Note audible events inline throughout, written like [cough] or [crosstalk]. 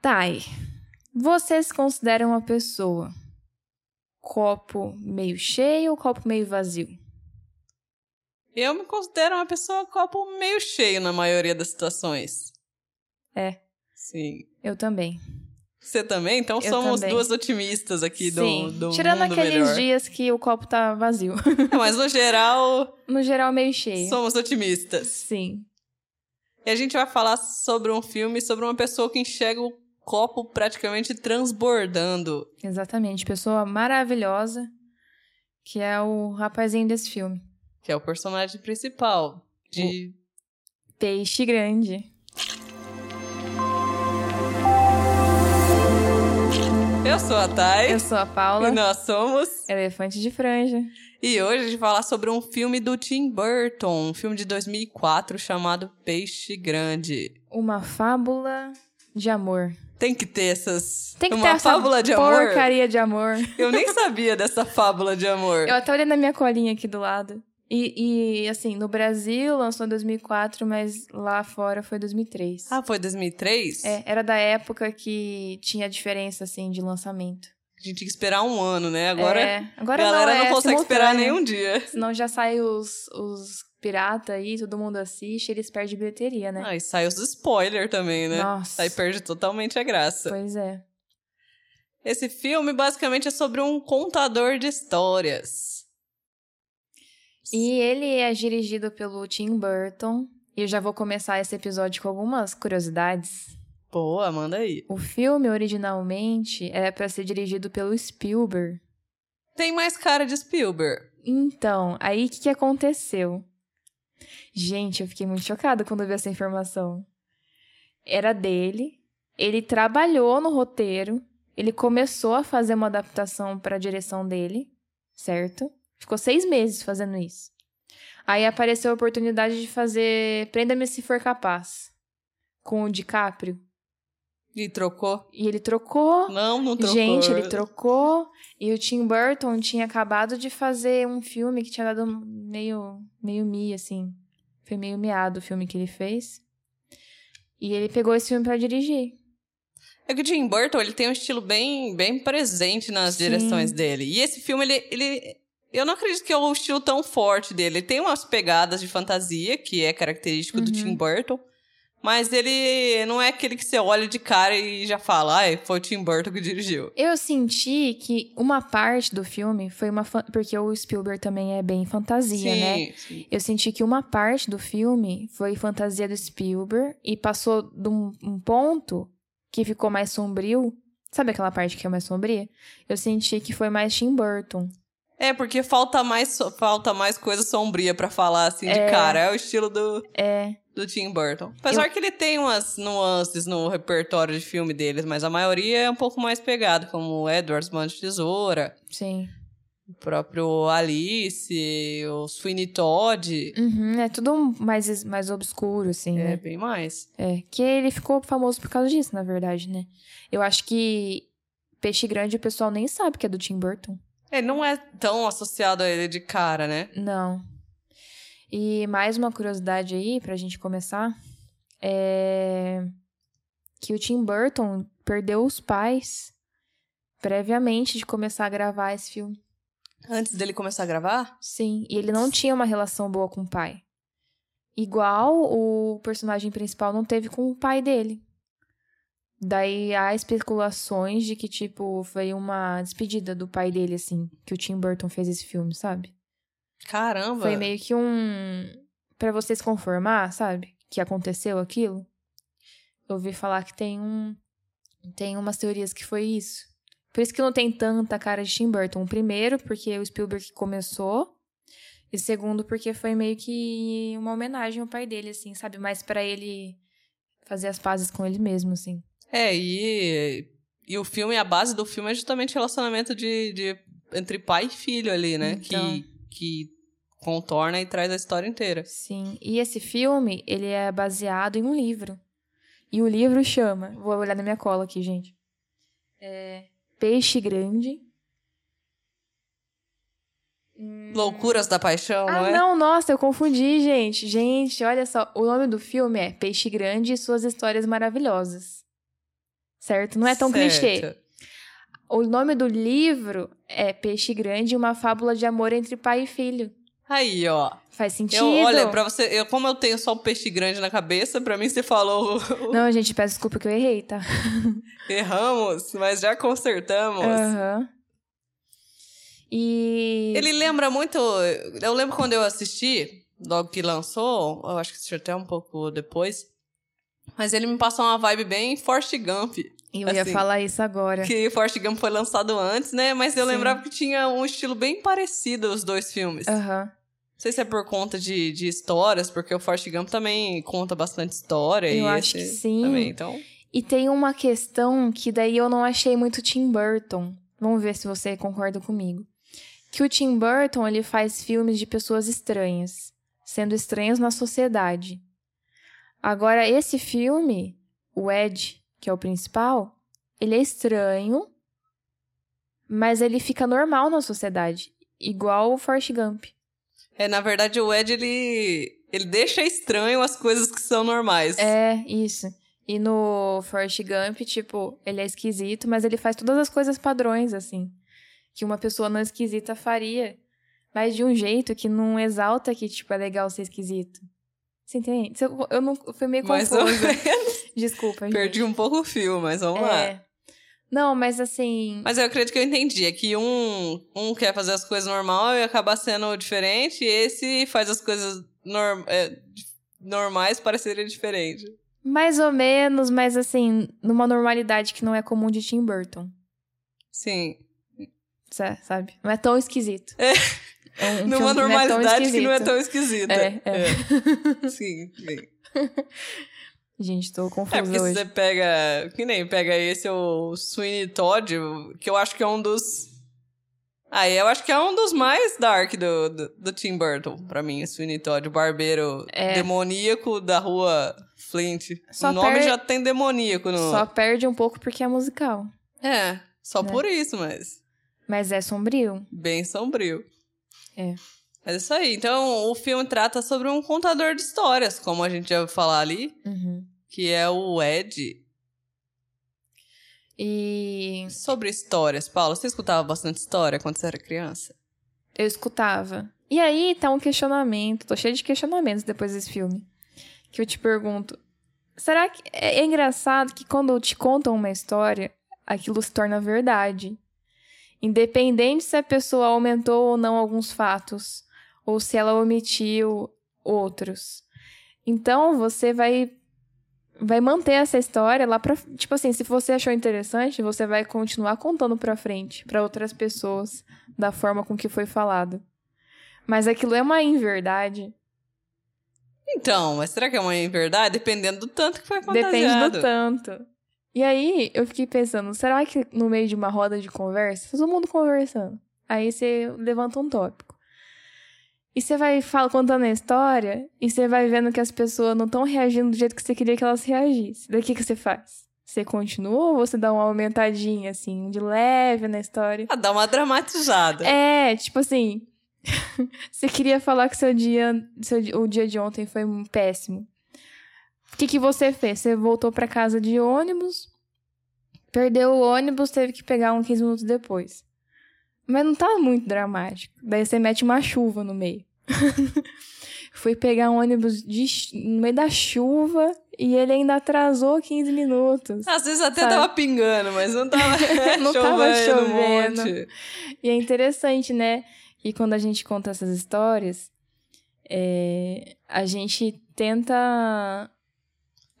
Thay, você se considera uma pessoa copo meio cheio ou copo meio vazio? Eu me considero uma pessoa copo meio cheio na maioria das situações. É. Sim. Eu também. Você também? Então Eu somos também. duas otimistas aqui Sim. do, do Tirando um mundo aqueles melhor. dias que o copo tá vazio. [laughs] É, [laughs] Mas no geral, no geral, meio cheio. somos otimistas. Sim. E a gente vai falar sobre um filme sobre uma pessoa que enxerga o copo praticamente transbordando. Exatamente. Pessoa maravilhosa, que é o rapazinho desse filme. Que é o personagem principal. De... Peixe grande. Eu sou a Thay. Eu sou a Paula, E nós somos. elefante de franja. E hoje a gente vai falar sobre um filme do Tim Burton, um filme de 2004 chamado Peixe Grande. Uma fábula de amor. Tem que ter essas. Tem que uma ter essa fábula de amor. porcaria de amor. [laughs] Eu nem sabia dessa fábula de amor. Eu até olhei na minha colinha aqui do lado. E, e, assim, no Brasil lançou em 2004, mas lá fora foi 2003. Ah, foi 2003? É, era da época que tinha diferença, assim, de lançamento. A gente tinha que esperar um ano, né? Agora é, a agora galera não, é consegue esperar simultâneo. nenhum dia. Senão já sai os, os pirata aí, todo mundo assiste, eles perdem bilheteria, né? Ah, e sai os spoiler também, né? Nossa, Aí perde totalmente a graça. pois é. Esse filme basicamente é sobre um contador de histórias. E ele é dirigido pelo Tim Burton. E eu já vou começar esse episódio com algumas curiosidades. Boa, manda aí. O filme originalmente era pra ser dirigido pelo Spielberg. Tem mais cara de Spielberg. Então, aí o que, que aconteceu? Gente, eu fiquei muito chocada quando eu vi essa informação. Era dele, ele trabalhou no roteiro, ele começou a fazer uma adaptação pra direção dele, certo? Ficou seis meses fazendo isso. Aí apareceu a oportunidade de fazer Prenda-me se for capaz, com o DiCaprio. E trocou? E ele trocou. Não, não trocou. Gente, ele trocou. E o Tim Burton tinha acabado de fazer um filme que tinha dado meio, meio mi, assim. Foi meio miado o filme que ele fez. E ele pegou esse filme pra dirigir. É que o Tim Burton, ele tem um estilo bem, bem presente nas Sim. direções dele. E esse filme, ele, ele... Eu não acredito que é um estilo tão forte dele. Ele tem umas pegadas de fantasia, que é característico do Uhum. Tim Burton. Mas ele não é aquele que você olha de cara e já fala, ai, foi o Tim Burton que dirigiu. Eu senti que uma parte do filme foi uma. fan- Porque o Spielberg também é bem fantasia, né? sim. Eu senti que uma parte do filme foi fantasia do Spielberg e passou de um, um ponto que ficou mais sombrio. Sabe aquela parte que é mais sombria? Eu senti que foi mais Tim Burton. É, porque falta mais, so- falta mais coisa sombria pra falar, assim, de É. cara. É o estilo do, É, do Tim Burton. Apesar que ele tem umas nuances no repertório de filme deles, mas a maioria é um pouco mais pegado, como Edwards Mão de Tesoura, sim. o próprio Alice, o Sweeney Todd. Uhum, é tudo um- mais, es- mais obscuro, assim, É, né? bem mais. É. Que ele ficou famoso por causa disso, na verdade, né? Eu acho que Peixe Grande o pessoal nem sabe que é do Tim Burton. É, não é tão associado a ele de cara, né? Não. E mais uma curiosidade aí, pra gente começar, é que o Tim Burton perdeu os pais previamente de começar a gravar esse filme. Antes dele começar a gravar? Sim, e ele não tinha uma relação boa com o pai. Igual o personagem principal não teve com o pai dele. Daí há especulações de que, tipo, foi uma despedida do pai dele, assim, que o Tim Burton fez esse filme, sabe? Caramba! Foi meio que um. Pra você se conformar, sabe? Que aconteceu aquilo. Eu ouvi falar que tem um. Tem umas teorias que foi isso. Por isso que não tem tanta cara de Tim Burton. Primeiro, porque o Spielberg que começou. E segundo, porque foi meio que uma homenagem ao pai dele, assim, sabe? Mas pra ele fazer as pazes com ele mesmo, assim. É, e, e o filme, a base do filme é justamente o relacionamento de, de- entre pai e filho ali, né? Então. Que, que contorna e traz a história inteira. Sim. E esse filme, ele é baseado em um livro. E o livro chama. Vou olhar na minha cola aqui, gente. É, Peixe Grande. Hum, Loucuras da Paixão, não Ah, é? não, nossa, eu confundi, gente. Gente, olha só. O nome do filme é Peixe Grande e Suas Histórias Maravilhosas. certo? Não é tão Certo. clichê. O nome do livro é Peixe Grande, uma fábula de amor entre pai e filho. Aí, ó. Faz sentido? Eu, olha, pra você, eu, como eu tenho só o peixe grande na cabeça, pra mim você falou [laughs] Não, gente, peço desculpa que eu errei, tá? erramos, mas já consertamos. Aham. E. Ele lembra muito. Eu lembro quando eu assisti, logo que lançou, eu acho que assisti até um pouco depois. Mas ele me passou uma vibe bem Forrest Gump. Eu ia assim, falar isso agora. Que Forrest Gump foi lançado antes, né? Mas eu É. Sim. lembrava que tinha um estilo bem parecido os dois filmes. Aham. Não sei se é por conta de, de histórias, porque o Forrest Gump também conta bastante história. Eu e acho que É esse sim. Também, então. E tem uma questão que daí eu não achei muito Tim Burton. Vamos ver se você concorda comigo. Que o Tim Burton, ele faz filmes de pessoas estranhas, sendo estranhas na sociedade. Agora, esse filme, o Ed, que é o principal, ele é estranho, mas ele fica normal na sociedade. Igual o Forrest Gump. É, na verdade, o Ed, ele, ele deixa estranho as coisas que são normais. É, isso. E no Forrest Gump, tipo, ele é esquisito, mas ele faz todas as coisas padrões, assim. Que uma pessoa não esquisita faria. Mas de um jeito que não exalta que, tipo, é legal ser esquisito. Você entende? Se Eu, eu não eu fui meio mas confusa. eu [laughs] Desculpa, gente. [laughs] perdi um pouco o fio, mas vamos lá. É. Não, mas assim... Mas eu acredito que eu entendi. É que um, um quer fazer as coisas normal e acabar sendo diferente, e esse faz as coisas norm, é, di- normais parecerem diferentes. Mais ou menos, mas assim, numa normalidade que não é comum de Tim Burton, Sim. sa- sabe? Não é tão esquisito. É. É um filme Numa que não é tão normalidade que não é esquisito. tão esquisita. É, é. [laughs] É. Sim, sim. Gente, tô confusa É, porque se hoje. você pega. Que nem pega esse é o Sweeney Todd, o- que eu acho que é um dos. Ah, eu acho que é um dos mais dark do, do, do Tim Burton, pra mim, o Sweeney Todd, o barbeiro É. demoníaco da rua Flint. Só o nome per- já tem demoníaco no. Só perde um pouco porque é musical. É, só Né? por isso, mas. Mas é sombrio. Bem sombrio. É. Mas é isso aí. Então, o filme trata sobre um contador de histórias, como a gente já ouviu falar ali, que é o Ed. E Sobre histórias, Paula, você escutava bastante história quando você era criança? eu escutava. E aí tá um questionamento. Tô cheia de questionamentos depois desse filme. Que eu te pergunto. Será que. É é engraçado que quando te contam uma história, aquilo se torna verdade. Independente se a pessoa aumentou ou não alguns fatos, ou se ela omitiu outros. Então você vai vai manter essa história lá para, tipo assim, se você achou interessante, você vai continuar contando pra frente, pra outras pessoas, da forma com que foi falado. Mas aquilo é uma inverdade, Então, mas será que é uma verdade? Dependendo do tanto que foi depende fantasiado. do tanto. E aí eu fiquei pensando, será que no meio de uma roda de conversa, todo mundo conversando, aí você levanta um tópico. E você vai fala, contando a história, e você vai vendo que as pessoas não estão reagindo do jeito que você queria que elas reagissem. Daí o que, que você faz? Você continua ou você dá uma aumentadinha, assim, de leve na história? Ah, dá uma dramatizada. É, tipo assim. [laughs] você queria falar que seu dia, seu di- o dia de ontem foi um péssimo. O que, que você fez? Você voltou pra casa de ônibus, perdeu o ônibus, teve que pegar um 15 minutos depois. Mas não tá muito dramático. Daí você mete uma chuva no meio. [laughs] Fui pegar um ônibus de chu- no meio da chuva e ele ainda atrasou 15 minutos. Às vezes até Sabe? tava pingando, mas não tava [laughs] Não [laughs] chovendo. tava um chovendo. monte. E é interessante, né? Que quando a gente conta essas histórias, é, a gente tenta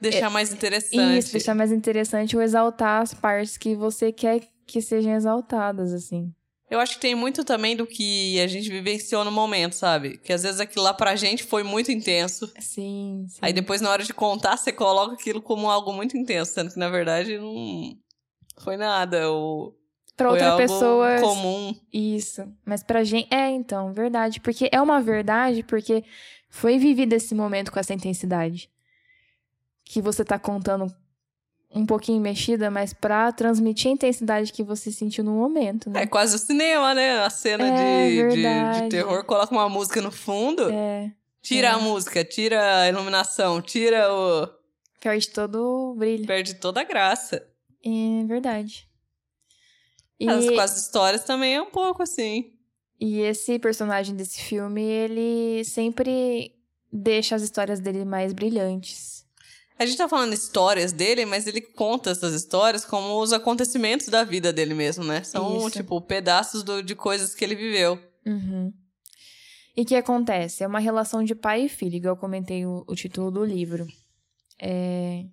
Deixar mais interessante. É, isso, deixar mais interessante ou exaltar as partes que você quer que sejam exaltadas, assim. Eu acho que tem muito também do que a gente vivenciou no momento, sabe? Que às vezes aquilo lá pra gente foi muito intenso. Sim, sim. Aí depois, na hora de contar, você coloca aquilo como algo muito intenso, sendo que na verdade não foi nada. Ou pra Foi outra algo pessoa. comum. Isso. Mas pra gente. É, então, verdade. Porque é uma verdade, porque foi vivido esse momento com essa intensidade. Que você tá contando um pouquinho mexida, mas pra transmitir a intensidade que você sentiu no momento, É né? quase o cinema, né? A cena É, de, de- de, verdade. terror, coloca uma música no fundo, É. tira é. a música, tira a iluminação, tira o. Perde todo o brilho. Perde toda a graça. É verdade. E, As quase histórias também é um pouco assim. e esse personagem desse filme, ele sempre deixa as histórias dele mais brilhantes. A gente tá falando histórias dele, mas ele conta essas histórias como os acontecimentos da vida dele mesmo, né? São, Isso. tipo, pedaços do- de coisas que ele viveu. Uhum. E o que acontece? É uma relação de pai e filho, igual eu comentei o, o título do livro. É,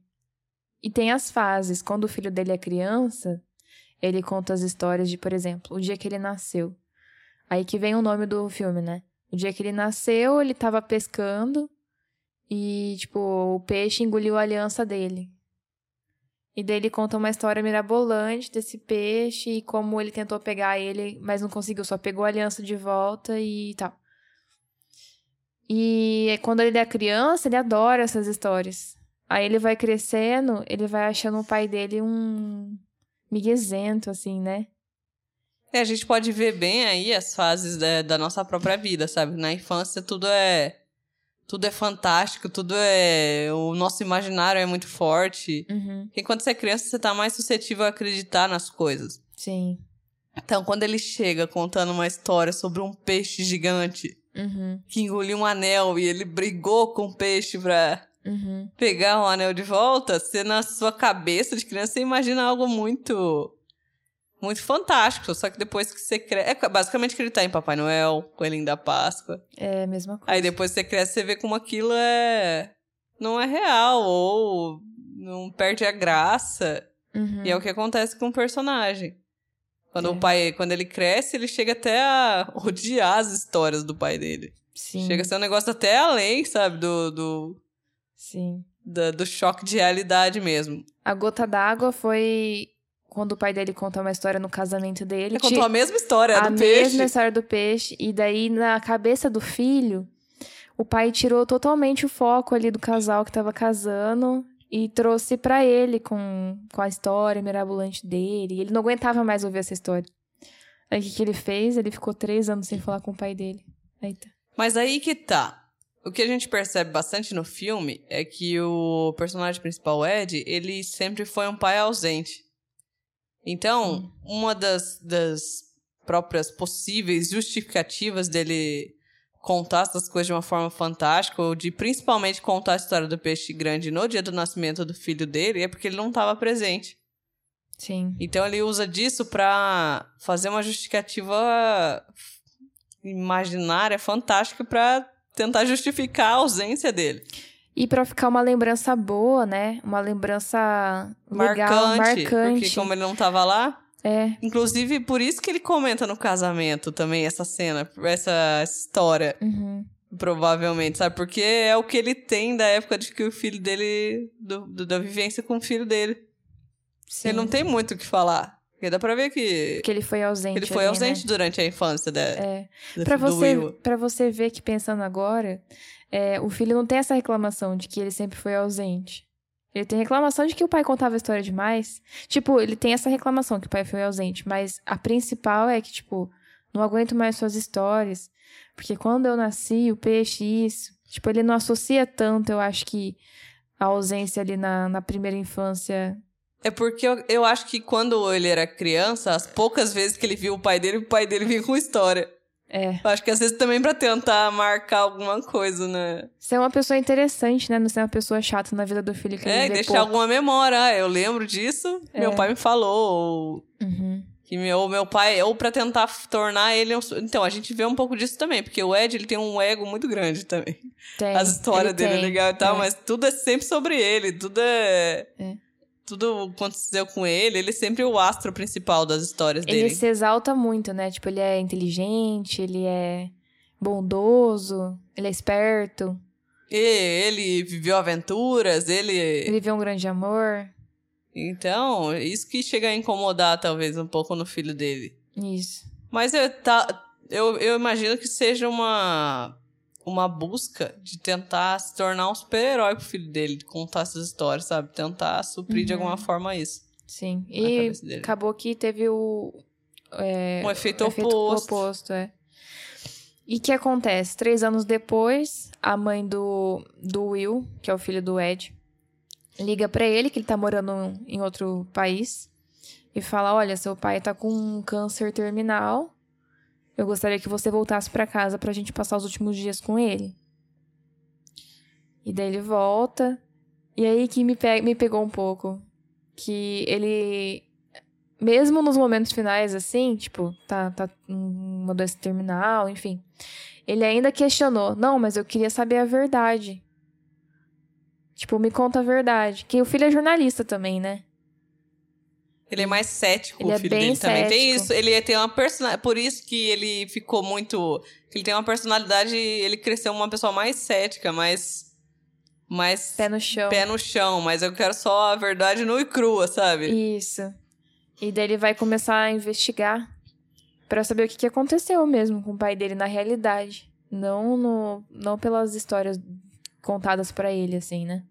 E tem as fases. Quando o filho dele é criança, ele conta as histórias de, por exemplo, o dia que ele nasceu. Aí que vem o nome do filme, né? O dia que ele nasceu, ele tava pescando e, tipo, o peixe engoliu a aliança dele. E daí ele conta uma história mirabolante desse peixe e como ele tentou pegar ele, mas não conseguiu, só pegou a aliança de volta e tal. E é quando ele é criança, ele adora essas histórias. Aí ele vai crescendo, ele vai achando o pai dele um miguezento, assim, né? E É, a gente pode ver bem aí as fases da, da nossa própria vida, sabe? Na infância tudo é tudo é fantástico, tudo é o nosso imaginário é muito forte. Uhum, Porque quando você é criança você tá mais suscetível a acreditar nas coisas. sim. Então, quando ele chega contando uma história sobre um peixe gigante Uhum, que engoliu um anel e ele brigou com o peixe pra uhum, pegar o anel de volta, você na sua cabeça de criança você imagina algo muito muito fantástico, só que depois que você cresce, é basicamente acreditar em Papai Noel, Coelhinho da Páscoa. é a mesma coisa. Aí depois você cresce, você vê como aquilo é não é real ou não perde a graça, Uhum, e é o que acontece com o personagem. Quando É. o pai, quando ele cresce, ele chega até a odiar as histórias do pai dele. sim, Chega a ser um negócio até além, sabe, do, do, sim. da- do choque de realidade mesmo. A gota d'água foi quando o pai dele conta uma história no casamento dele. Ele Ti- contou a mesma história a É do mesma peixe. história do peixe. E daí, na cabeça do filho, o pai tirou totalmente o foco ali do casal que tava casando e trouxe pra ele com, com a história mirabolante dele. E Ele não aguentava mais ouvir essa história. Aí o que, que ele fez? Ele ficou três anos sem falar com o pai dele. Eita. Mas aí que tá. O que a gente percebe bastante no filme é que o personagem principal, Ed, ele sempre foi um pai ausente. Então, uma das, das próprias possíveis justificativas dele contar essas coisas de uma forma fantástica, ou de principalmente contar a história do peixe grande no dia do nascimento do filho dele, é porque ele não estava presente. Sim. Então ele usa disso pra fazer uma justificativa imaginária, fantástica, pra tentar justificar a ausência dele. E pra ficar uma lembrança boa, né? Uma lembrança legal, marcante, marcante. Porque como ele não tava lá. É. Inclusive, por isso que ele comenta no casamento também essa cena, essa história, Uhum. provavelmente, sabe? Porque é o que ele tem da época de que o filho dele. do- do- da vivência com o filho dele. Sim. Ele não tem muito o que falar. Porque dá pra ver que. Porque ele foi ausente. Ele foi ali, ausente durante a infância da, Né? É. da- Pra do você, Will. pra você ver que pensando agora, é, o filho não tem essa reclamação de que ele sempre foi ausente. Ele tem reclamação de que o pai contava a história demais. Tipo, ele tem essa reclamação que o pai foi ausente, mas a principal é que, tipo, não aguento mais suas histórias. Porque quando eu nasci, o peixe, isso. Tipo, ele não associa tanto, eu acho que a ausência ali na, na primeira infância. É porque eu, eu acho que quando ele era criança, as poucas vezes que ele viu o pai dele, o pai dele vinha com história. É. Eu acho que às vezes também pra tentar marcar alguma coisa, né? Ser é uma pessoa interessante, né? Não ser uma pessoa chata na vida do filho que É, ele e vê deixar pouco. É. alguma memória. Ah, eu lembro disso, meu pai me falou. Ou, Uhum. que meu, meu pai, ou pra tentar f- tornar ele um. su- Então, a gente vê um pouco disso também, porque o Ed ele tem um ego muito grande também. Tem, As histórias ele dele é tem, legal e tal, é. mas tudo é sempre sobre ele, tudo é. É. Tudo aconteceu com ele, ele é sempre o astro principal das histórias Ele dele. se exalta muito, né? Tipo, ele é inteligente, ele é bondoso, ele é esperto, E ele viveu aventuras, ele. ele vê um grande amor. Então, isso que chega a incomodar, talvez, um pouco no filho dele. Isso. Mas eu, tá, eu, eu imagino que seja uma. Uma busca de tentar se tornar um super-herói pro filho dele, de contar essas histórias, sabe? Tentar suprir de Uhum. alguma forma isso. Sim. na E cabeça dele. acabou que teve o. é, Um efeito oposto. é. E que acontece? Três anos depois, a mãe do, do Will, que é o filho do Ed, liga pra ele, que ele tá morando em outro país, e fala: Olha, seu pai tá com um câncer terminal. Eu gostaria que você voltasse pra casa pra gente passar os últimos dias com ele. E daí ele volta. E aí que me, pe me pegou um pouco. Que ele. Mesmo nos momentos finais, assim, tipo, tá, tá uma doença terminal, enfim. Ele ainda questionou. Não, mas eu queria saber a verdade. Tipo, me conta a verdade. Que o filho é jornalista também, né? Ele é mais cético, Ele é o filho bem dele também. Tem cético. isso, ele é, tem uma personalidade. Por isso que ele ficou muito. Ele tem uma personalidade. Ele cresceu uma pessoa mais cética, mais. Mais Pé no chão. pé no chão, mas eu quero só a verdade nua e crua, sabe? Isso. E daí ele vai começar a investigar pra saber o que, que aconteceu mesmo com o pai dele na realidade, não no não pelas histórias contadas pra ele assim, né?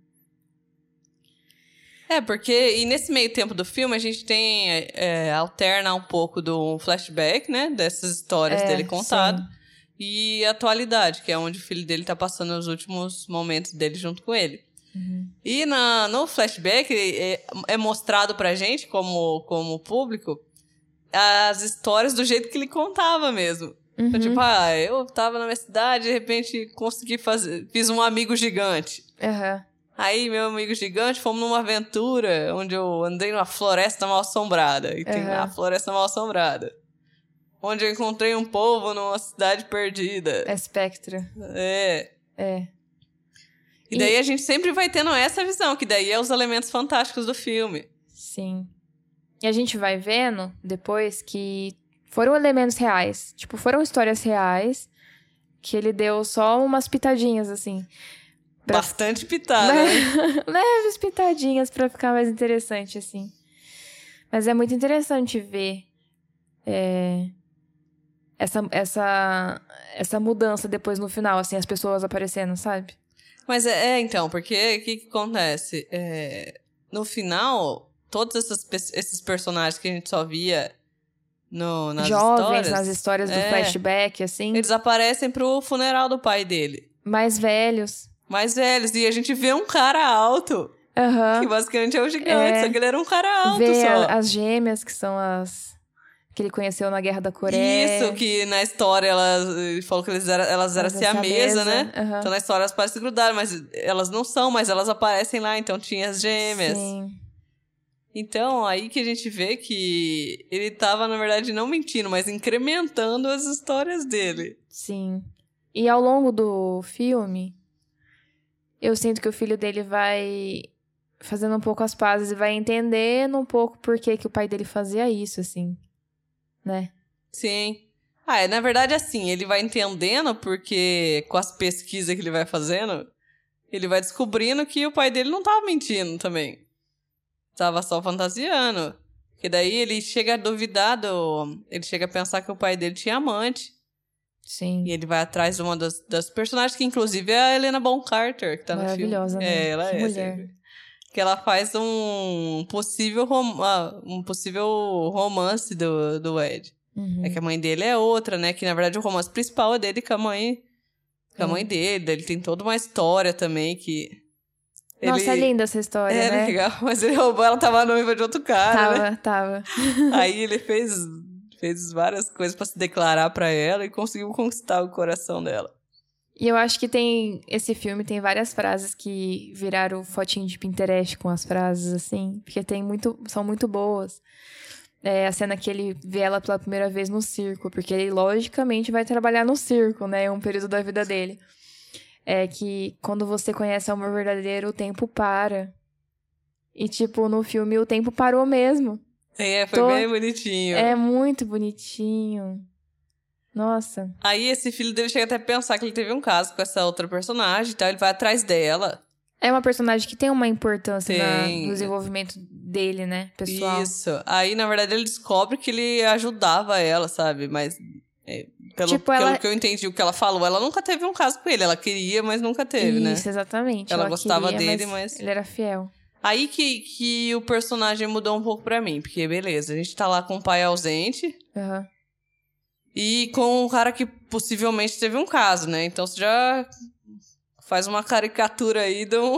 É, porque e nesse meio tempo do filme a gente tem é, alterna um pouco do flashback, né, dessas histórias É, dele contado sim. e a atualidade, que é onde o filho dele tá passando os últimos momentos dele junto com ele. Uhum. E na, no flashback é, é mostrado pra gente, como, como público, as histórias do jeito que ele contava mesmo. Então, Uhum. tipo, ah, eu tava na minha cidade de repente consegui fazer. Fiz um amigo gigante. Aham. Aí, meu amigo gigante, fomos numa aventura onde eu andei numa floresta mal assombrada. E tem Aham. a floresta mal assombrada. Onde eu encontrei um povo numa cidade perdida. É espectro. É. É. E daí a gente sempre vai tendo essa visão, que daí é os elementos fantásticos do filme. Sim. E a gente vai vendo depois que foram elementos reais. Tipo, foram histórias reais que ele deu só umas pitadinhas, assim. Pra- Bastante pitada. né? [laughs] Leves pitadinhas pra ficar mais interessante, assim. Mas é muito interessante ver é, essa, essa, essa mudança depois no final, assim, as pessoas aparecendo, sabe? Mas é, é, então, porque o que, que acontece? É, no final, todos essas pe- esses personagens que a gente só via no, nas Jovens histórias, nas histórias do É. flashback, assim. eles aparecem pro funeral do pai dele. Mais velhos. Mais velhos. E a gente vê um cara alto, Aham. que basicamente é o gigante, Ah. É. só que ele era um cara alto Vê só. a- as gêmeas, que são as. que ele conheceu na Guerra da Coreia. Isso, que na história elas eh, falou que eles eram, elas eram Mas essa siamesa, né? Aham. Então na história elas parecem grudadas, mas elas não são, mas elas aparecem lá, então tinha as gêmeas. Sim. Então, aí que a gente vê que ele tava, na verdade, não mentindo, mas incrementando as histórias dele. Sim. E ao longo do filme, eu sinto que o filho dele vai fazendo um pouco as pazes e vai entendendo um pouco por que, que o pai dele fazia isso, assim. Né? Sim. Ah, é, na verdade, assim, ele vai entendendo porque com as pesquisas que ele vai fazendo, ele vai descobrindo que o pai dele não tava mentindo também. Tava só fantasiando. Que daí ele chega a duvidar do... Ele chega a pensar que o pai dele tinha amante. Sim. E ele vai atrás de uma das, das personagens, que inclusive é a Helena Bonham Carter, que tá no filme. Maravilhosa, né? É, ela Que é. mulher. sempre. Que ela faz um possível, rom ah, um possível romance do, do Ed. Uhum. É que a mãe dele é outra, né? Que na verdade o romance principal é dele com a mãe, com a É. mãe dele. Daí Ele tem toda uma história também que. Nossa, é linda essa história, É né? legal, [laughs] mas ele roubou, ela tava noiva de outro cara, né? Tava, tava. Aí ele fez, fez várias coisas pra se declarar pra ela e conseguiu conquistar o coração dela. E eu acho que tem. Esse filme tem várias frases que viraram fotinho de Pinterest com as frases, assim. Porque tem muito. São muito boas. É a cena que ele vê ela pela primeira vez no circo, porque ele logicamente vai trabalhar no circo, né? É um período da vida dele. É que quando você conhece o amor verdadeiro, o tempo para. E, tipo, no filme o tempo parou mesmo. É, foi Tô- bem bonitinho. É muito bonitinho. Nossa. Aí esse filho dele chega até a pensar que ele teve um caso com essa outra personagem e tal. Ele vai atrás dela. É uma personagem que tem uma importância na- Tem. no desenvolvimento dele, né, pessoal? Isso. Aí, na verdade, ele descobre que ele ajudava ela, sabe? Mas. é, pelo, Tipo, pelo ela- que eu entendi o que ela falou, ela nunca teve um caso com ele. Ela queria, mas nunca teve, né? Isso, exatamente. Ela gostava dele, mas- Ele era fiel. Aí que, que o personagem mudou um pouco pra mim. Porque, beleza, a gente tá lá com o pai ausente. Aham. [laughs] E com um cara que possivelmente teve um caso, né? Então você já Faz uma caricatura aí de um,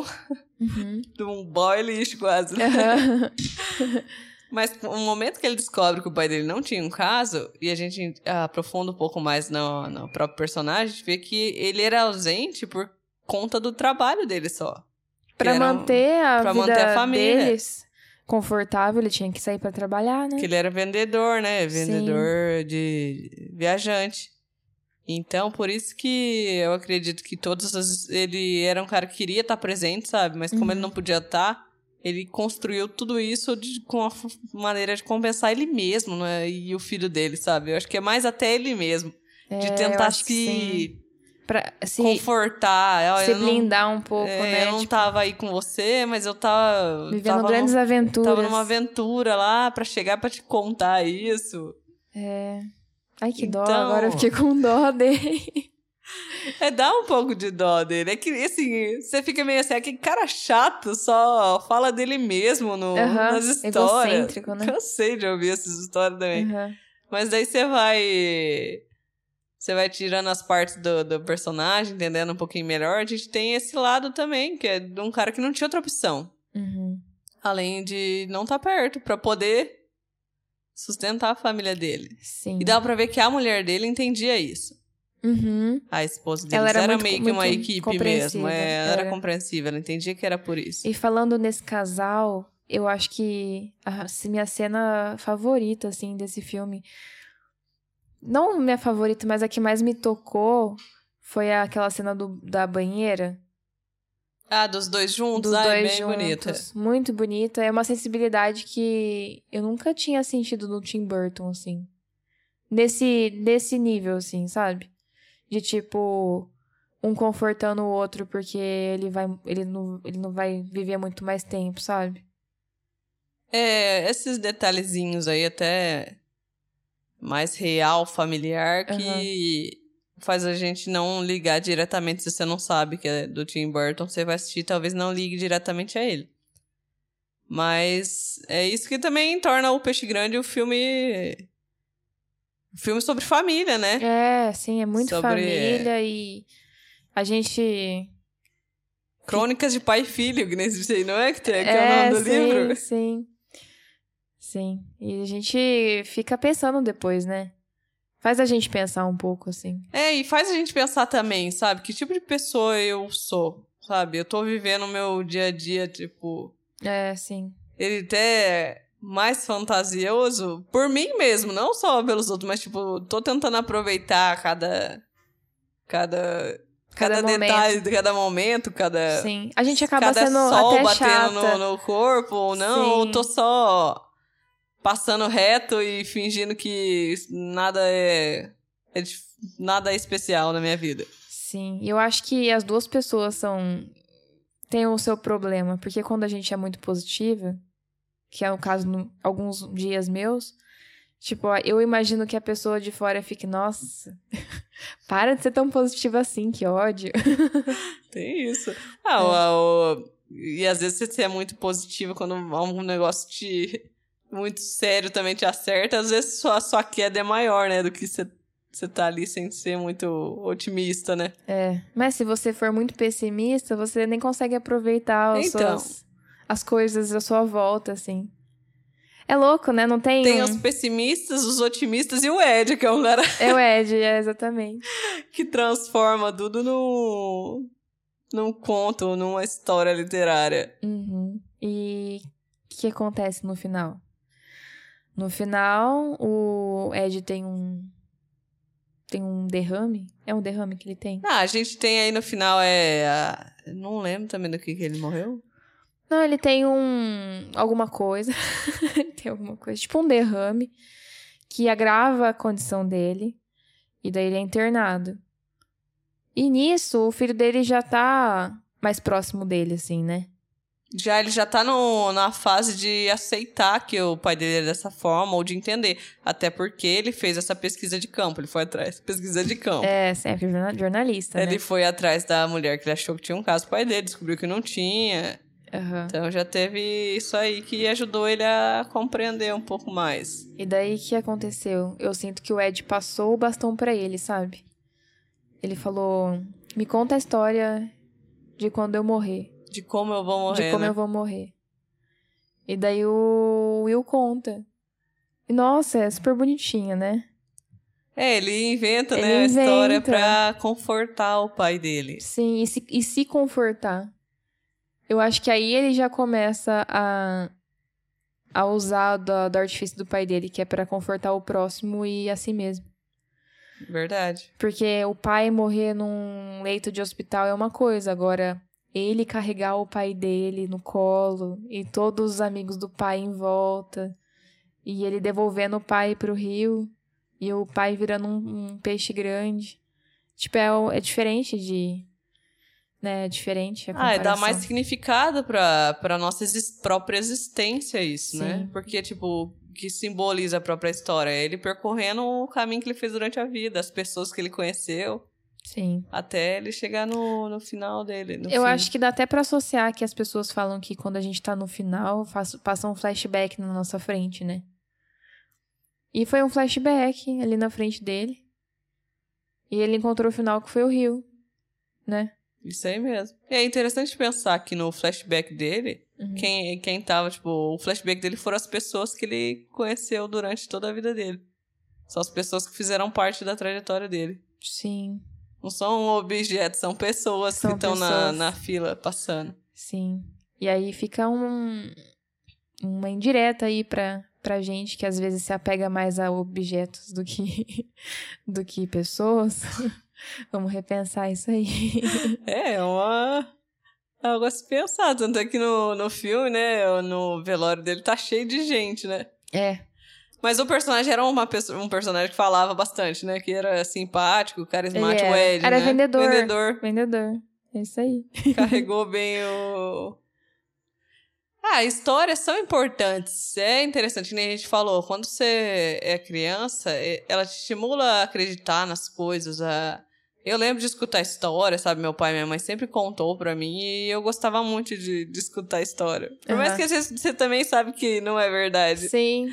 Uhum. [laughs] de um boy lixo, quase. né? Aham. Mas no momento que ele descobre que o pai dele não tinha um caso, e a gente ah, aprofunda um pouco mais no, no próprio personagem, a gente vê que ele era ausente por conta do trabalho dele só. Que [laughs] pra era um- manter a pra vida manter a família. deles confortável, ele tinha que sair pra trabalhar, né? Que ele era vendedor, né? Vendedor de viajante. Então, por isso que eu acredito que todas as. Ele era um cara que queria estar presente, sabe? Mas como Uhum. ele não podia estar, ele construiu tudo isso de- com a f- maneira de compensar ele mesmo, né? E o filho dele, sabe? Eu acho que é mais até ele mesmo. De É, eu tentar acho que sim. se Pra se, confortar. Olha, se eu não- blindar um pouco, é, né? Eu não Tipo, tava aí com você, mas eu tava. vivendo tava grandes num- aventuras. Tava numa aventura lá pra chegar pra te contar isso. Ai, que dó, Então- agora eu fiquei com dó dele. É, dá um pouco de dó dele. É que, assim, você fica meio assim, aquele cara chato só fala dele mesmo no, Aham, nas histórias. Egocêntrico, né? Cansei de ouvir essas histórias também. Aham. Mas daí você vai. Você vai tirando as partes do, do personagem, entendendo um pouquinho melhor. A gente tem esse lado também, que é de um cara que não tinha outra opção. Uhum. Além de não estar perto, pra poder sustentar a família dele. Sim. E dá pra ver que a mulher dele entendia isso. Uhum. A esposa deles Ela era, era muito- meio que uma muito equipe mesmo. compreensiva, É, ela era era. compreensível, ela entendia que era por isso. E falando nesse casal, eu acho que a se- minha cena favorita, assim, desse filme. Não minha favorita, mas a que mais me tocou foi aquela cena do, da banheira. Ah, dos dois juntos? dos Ai, dois bem juntos. bonita. Muito bonita. É uma sensibilidade que eu nunca tinha sentido no Tim Burton, assim. Nesse, nesse nível, assim, sabe? De tipo, um confortando o outro porque ele vai. Ele não, ele não vai viver muito mais tempo, sabe? É, esses detalhezinhos aí, até mais real, familiar, que faz a gente não ligar diretamente. Se você não sabe que é do Tim Burton, você vai assistir talvez não ligue diretamente a ele. Mas é isso que também torna o Peixe Grande o filme. um filme sobre família, né? É, sim, é muito Sobre- família e a gente. Crônicas de Pai e Filho, que nem sei, não é que, tem, que é, o nome do sim, livro? Sim. Sim. E a gente fica pensando depois, né? Faz a gente pensar um pouco, assim. É, e faz a gente pensar também, sabe? Que tipo de pessoa eu sou, sabe? Eu tô vivendo o meu dia a dia, tipo... É, sim. Ele até é mais fantasioso por mim mesmo, não só pelos outros, mas, tipo, tô tentando aproveitar cada... Cada... Cada, Cada detalhe, cada momento, cada... Sim. A gente acaba cada sendo sol até batendo chata. no, no corpo ou não, Sim. ou tô só passando reto e fingindo que nada é, é dif- nada é especial na minha vida. Sim. E eu acho que as duas pessoas são. têm o seu problema. Porque quando a gente é muito positiva, que é o caso no alguns dias meus, tipo, ó, eu imagino que a pessoa de fora fique, nossa, [laughs] para de ser tão positiva assim, que ódio. [laughs] Tem isso. Ah, o- o- e às vezes você é muito positivo quando algum negócio te muito sério também te acerta, às vezes sua, sua queda é maior, né, do que você você tá ali sem ser muito otimista, né? É. Mas se você for muito pessimista, você nem consegue aproveitar as, Então. suas- as coisas à sua volta, assim. É louco, né? Não tem. Tem um- [laughs] os pessimistas, os otimistas e o Ed, que é um cara [laughs] É o Ed, é, exatamente. que transforma tudo num, num conto, numa história literária. Uhum. E o que que acontece no final? No final, o Ed tem um. Tem um derrame? É um derrame que ele tem? Ah, a gente tem aí no final é. a- Não lembro também do que, que ele morreu. Não, ele tem um. alguma coisa. [laughs] ele tem alguma coisa. Tipo um derrame que agrava a condição dele. E daí ele é internado. E nisso, o filho dele já tá mais próximo dele, assim, né? Já ele já tá no, na fase de aceitar que o pai dele é dessa forma, ou de entender. Até porque ele fez essa pesquisa de campo, ele foi atrás. Pesquisa de campo. É, sempre jorna- jornalista. É, Ele Né? foi atrás da mulher que ele achou que tinha um caso pro pai dele, descobriu que não tinha. Aham. Então já teve isso aí que ajudou ele a compreender um pouco mais. E daí que aconteceu? Eu sinto que o Ed passou o bastão pra ele, sabe? Ele falou: "Me conta a história de quando eu morrer. De como eu vou morrer, de como né? eu vou morrer. E daí o Will conta. E, Nossa, é super bonitinho, né? É, ele inventa, Ele né, a história inventa. pra confortar o pai dele. Sim, e se, e se confortar. Eu acho que aí ele já começa a, a usar do, do artifício do pai dele, que é pra confortar o próximo e a si mesmo. Verdade. Porque o pai morrer num leito de hospital é uma coisa, agora ele carregar o pai dele no colo e todos os amigos do pai em volta, e ele devolvendo o pai pro rio, e o pai virando um, um peixe grande. Tipo, é, o- é diferente de. Né? É diferente. A Ah, é dar comparação. mais significado pra, pra nossa exis- própria existência isso, né? Sim. Porque, tipo, o que simboliza a própria história? é Ele percorrendo o caminho que ele fez durante a vida, as pessoas que ele conheceu, Sim. até ele chegar no, no final dele. no Eu fim. acho que dá até pra associar que as pessoas falam que quando a gente tá no final, faz- passa um flashback na nossa frente, né? E foi um flashback ali na frente dele. E ele encontrou o final que foi o Rio, né? Isso aí mesmo. E é interessante pensar que no flashback dele, Uhum. quem, quem tava, tipo, o flashback dele foram as pessoas que ele conheceu durante toda a vida dele. São as pessoas que fizeram parte da trajetória dele. Sim, Não são objetos, são pessoas São que estão na, pessoas. na fila passando. sim. E aí fica um, uma indireta aí pra, pra gente que às vezes se apega mais a objetos do que, [laughs] do que pessoas. [laughs] Vamos repensar isso aí. É, é uma. É algo a se pensar. Tanto é que no, no filme, né? No velório dele tá cheio de gente, né? É, Mas o personagem era uma pessoa, um personagem que falava bastante, né? Que era simpático, carismático, Ele era- Ed, É, era né? vendedor. Vendedor. Vendedor. É isso aí. Carregou bem o. Ah, histórias são importantes. É interessante, que nem a gente falou. Quando você é criança, é- ela te estimula a acreditar nas coisas. A... Eu lembro de escutar história, sabe? Meu pai e minha mãe sempre contou pra mim e eu gostava muito de, de escutar história. Por mais Aham. que às vezes você também sabe que não é verdade. Sim.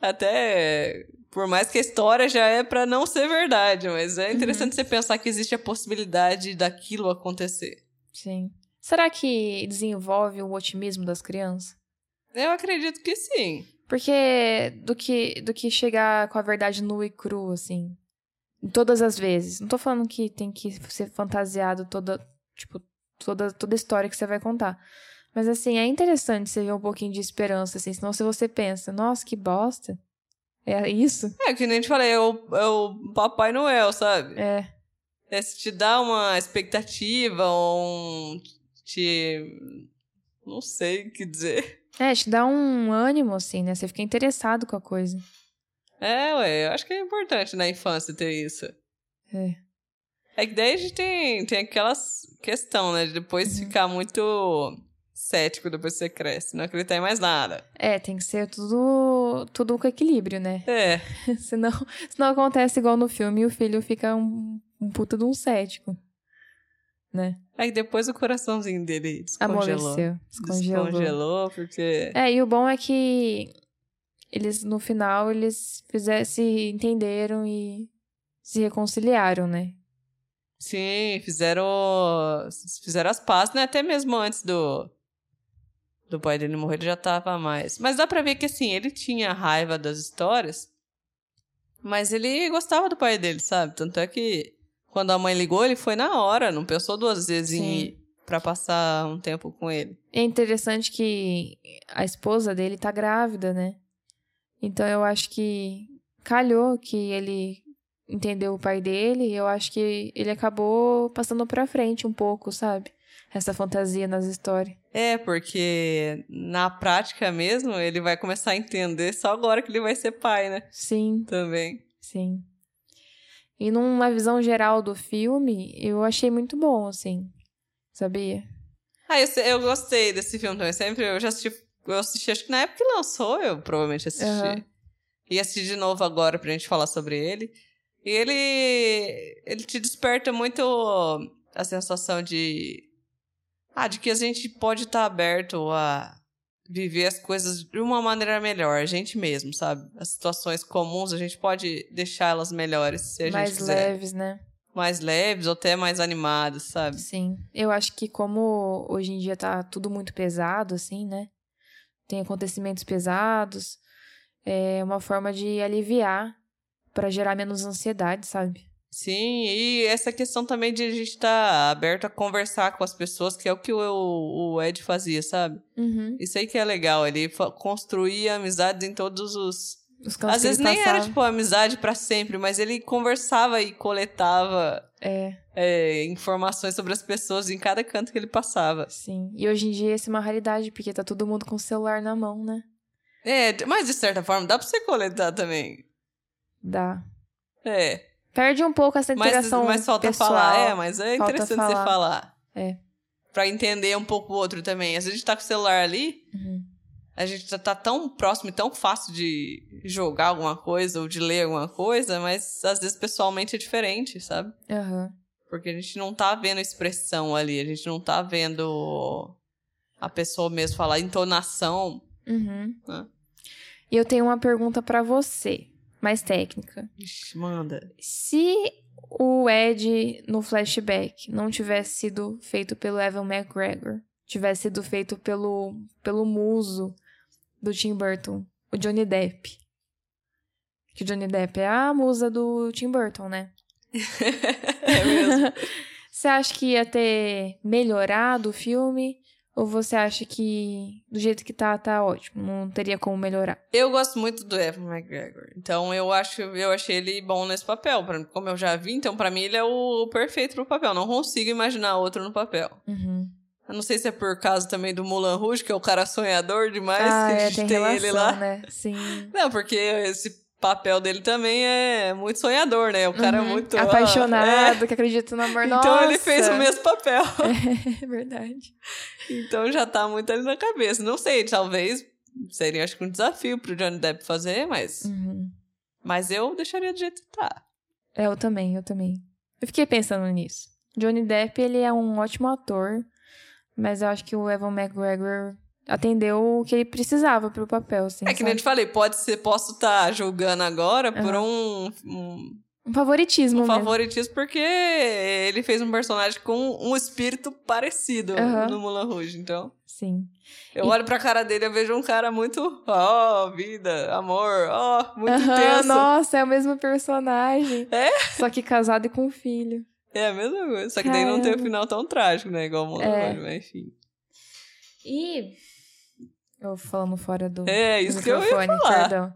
Até por mais que a história já é pra não ser verdade, mas é interessante você pensar que existe a possibilidade daquilo acontecer. Sim. Será que desenvolve o otimismo das crianças? Eu acredito que sim. Porque do que, do que chegar com a verdade nua e crua, assim. em Todas as vezes. Não tô falando que tem que ser fantasiado toda. Tipo, toda, toda história que você vai contar. Mas, assim, é interessante você ver um pouquinho de esperança, assim. Senão, se você pensa, nossa, que bosta. É isso? É, que nem te falei, é o, é o Papai Noel, sabe? É. É, se te dá uma expectativa, um. Te. Não sei o que dizer. É, te dá um ânimo, assim, né? Você fica interessado com a coisa. É, ué, eu acho que é importante na infância ter isso. É. É que daí a gente tem, tem aquelas questão, né? De depois Uhum. ficar muito cético depois que você cresce, não acreditar em mais nada. É, tem que ser tudo, tudo com equilíbrio, né? É. [laughs] senão, senão acontece igual no filme e o filho fica um, um puta de um cético. Aí depois o coraçãozinho dele descongelou. Amoleceu, descongelou. Descongelou, porque. É, e o bom é que eles, no final, eles fizer, se entenderam e se reconciliaram, né? Sim, fizeram. Fizeram as pazes, né? Até mesmo antes do. Do pai dele morrer, ele já tava mais. Mas dá pra ver que, assim, ele tinha raiva das histórias. Mas ele gostava do pai dele, sabe? Tanto é que quando a mãe ligou, ele foi na hora, não pensou duas vezes em Sim. ir pra passar um tempo com ele. É interessante que a esposa dele tá grávida, né? Então eu acho que calhou que ele entendeu o pai dele e eu acho que ele acabou passando pra frente um pouco, sabe? Essa fantasia nas histórias. É, porque na prática mesmo, ele vai começar a entender só agora que ele vai ser pai, né? Sim, Também. sim. E numa visão geral do filme, eu achei muito bom, assim. Sabia? Ah, eu, sei- eu gostei desse filme também. Sempre eu já assisti. Eu assisti, acho que na época que lançou, eu provavelmente assisti. Aham. E assisti de novo agora pra gente falar sobre ele. E ele. Ele te desperta muito a sensação de. Ah, de que a gente pode estar aberto a viver as coisas de uma maneira melhor, a gente mesmo, sabe? As situações comuns, a gente pode deixá-las melhores se a Mais gente quiser. leves, né? mais leves ou até mais animados, sabe? Sim. Eu acho que como hoje em dia tá tudo muito pesado, assim, né? Tem acontecimentos pesados. É uma forma de aliviar pra gerar menos ansiedade, sabe? Sim, e essa questão também de a gente estar aberto a conversar com as pessoas, que é o que o, o Ed fazia, sabe? Uhum. Isso aí que é legal, ele fa- construía amizades em todos os. Os cantos Às que Então, ele vezes nem passava. era, tipo, amizade pra sempre, mas ele conversava e coletava É, é, informações sobre as pessoas em cada canto que ele passava. sim. E hoje em dia isso é uma raridade, porque tá todo mundo com o celular na mão, né? É, mas de certa forma dá pra você coletar também. Dá. É. Perde um pouco essa Mas, interação mas falta pessoal. falar, é, mas é Falta interessante falar. você falar. É. Pra entender um pouco o outro também. Às vezes a gente tá com o celular ali, Uhum. a gente já tá tão próximo e tão fácil de jogar alguma coisa ou de ler alguma coisa, mas às vezes pessoalmente é diferente, sabe? Aham. Porque a gente não tá vendo a expressão ali, a gente não tá vendo a pessoa mesmo falar entonação. Uhum. Ah. E eu tenho uma pergunta pra você, mais técnica. Ixi, manda. Se o Ed no flashback não tivesse sido feito pelo Evan McGregor, tivesse sido feito pelo, pelo muso do Tim Burton, o Johnny Depp. Que o Johnny Depp é a musa do Tim Burton, né? É mesmo. [laughs] Você acha que ia ter melhorado o filme? Ou você acha que do jeito que tá, tá ótimo? Não teria como melhorar? Eu gosto muito do Evan McGregor. Então eu acho, eu achei ele bom nesse papel. Pra, como eu já vi, então pra mim ele é o, o perfeito pro papel. Não consigo imaginar outro no papel. Uhum. Eu não sei se é por causa também do Mulan Rouge, que é o cara sonhador demais, ah, que a é, gente tem tem, relação, ele lá. né? Sim. Não, porque esse papel dele também é muito sonhador, né? O cara Uhum. é muito ah, é. Apaixonado, que acredita no amor. Então ele fez o Nossa! mesmo papel. [laughs] É verdade. Então já tá muito ali na cabeça. Não sei, talvez seria acho que um desafio pro Johnny Depp fazer, mas Uhum. mas eu deixaria do jeito que tá. É, eu também, eu também. Eu fiquei pensando nisso. Johnny Depp, ele é um ótimo ator, mas eu acho que o Evan McGregor atendeu o que ele precisava pro papel, assim, É que nem eu sabe? te falei, pode ser, posso estar julgando agora por um, um, Um favoritismo um mesmo. favoritismo, porque ele fez um personagem com um espírito parecido Aham. no Mulan Rouge, então. Sim. Eu E- olho pra cara dele e vejo um cara muito, ó, vida, amor, ó, muito Aham, intenso. Nossa, é o mesmo personagem. É? Só que casado e com filho. É a mesma coisa, só que daí não tem o Caramba. final tão trágico, né, igual o Mulan É. Rouge, mas enfim. E. Eu falando fora do. É, isso que eu ia microfone, falar. perdão.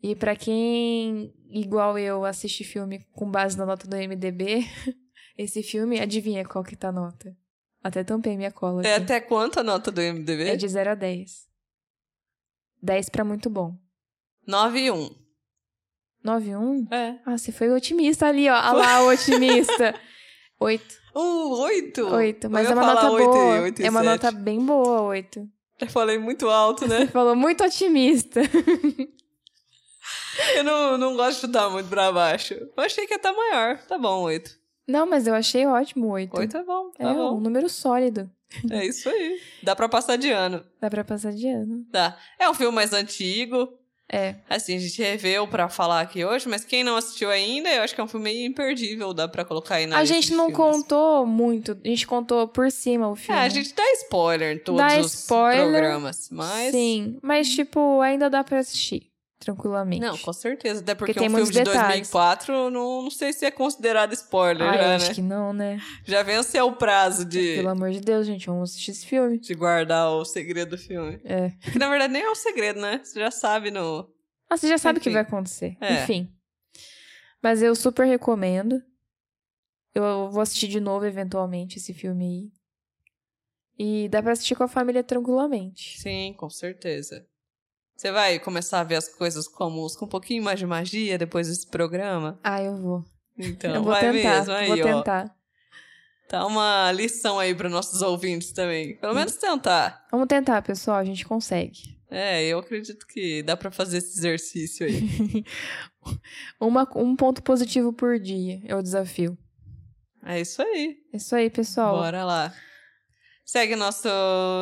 E pra quem, igual eu, assiste filme com base na nota do MDB, [laughs] esse filme, adivinha qual que tá a nota? Até tampei minha cola. É aqui. até quanto a nota do MDB? É de 0 a 10. 10 pra muito bom. 9 e 1. 9 1? É. Ah, você foi otimista ali, ó. Ah [laughs] lá, o otimista. 8. Uh, 8? 8. Mas é uma nota boa. é uma nota bem boa, 8. Já falei muito alto, né? [laughs] Você falou muito otimista. Eu não, não gosto de chutar muito pra baixo. Eu achei que ia estar maior. Tá bom, oito. Não, mas eu achei ótimo, 8. Oito é bom, tá é um bom. número sólido. É isso aí. Dá pra passar de ano. Dá pra passar de ano. Tá. É um filme mais antigo. É. Assim, a gente reveu pra falar aqui hoje, mas quem não assistiu ainda, eu acho que é um filme imperdível. Dá pra colocar aí na a lista gente de não filmes. contou muito, a gente contou por cima o É, filme. a gente dá spoiler em todos Dá os spoiler, programas, mas... Sim, mas tipo, ainda dá pra assistir tranquilamente. Não, com certeza. Até porque, Porque tem um filme muitos de detalhes. 2004, não, não sei se é considerado spoiler ah, eu já, acho né? que não, né? Já venceu o prazo de... Pelo amor de Deus, gente, vamos assistir esse filme. de guardar o segredo do filme. É. Que na verdade nem é o segredo, né? Você já sabe no. Ah, você já sabe o que Enfim. vai acontecer. É. Enfim. Mas eu super recomendo. Eu vou assistir de novo, eventualmente, esse filme aí. E dá pra assistir com a família tranquilamente. Sim, com certeza. Você vai começar a ver as coisas comuns com um pouquinho mais de magia depois desse programa? Ah, eu vou. Então, eu vou vai tentar. mesmo aí, vou ó. tentar. Tá uma lição aí para nossos ouvintes também. Pelo menos tentar. Vamos tentar, pessoal. A gente consegue. É, eu acredito que dá pra fazer esse exercício aí. Uma, um ponto positivo por dia é o desafio. É isso aí. É isso aí, pessoal. Bora lá. Segue nosso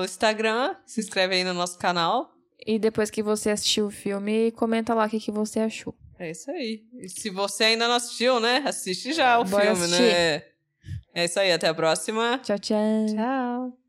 Instagram, se inscreve aí no nosso canal. E depois que você assistiu o filme, comenta lá o que, que você achou. É isso aí. E se você ainda não assistiu, né? Assiste já o Bora filme, assistir. né? É isso aí. Até a próxima. Tchau, tchau. Tchau.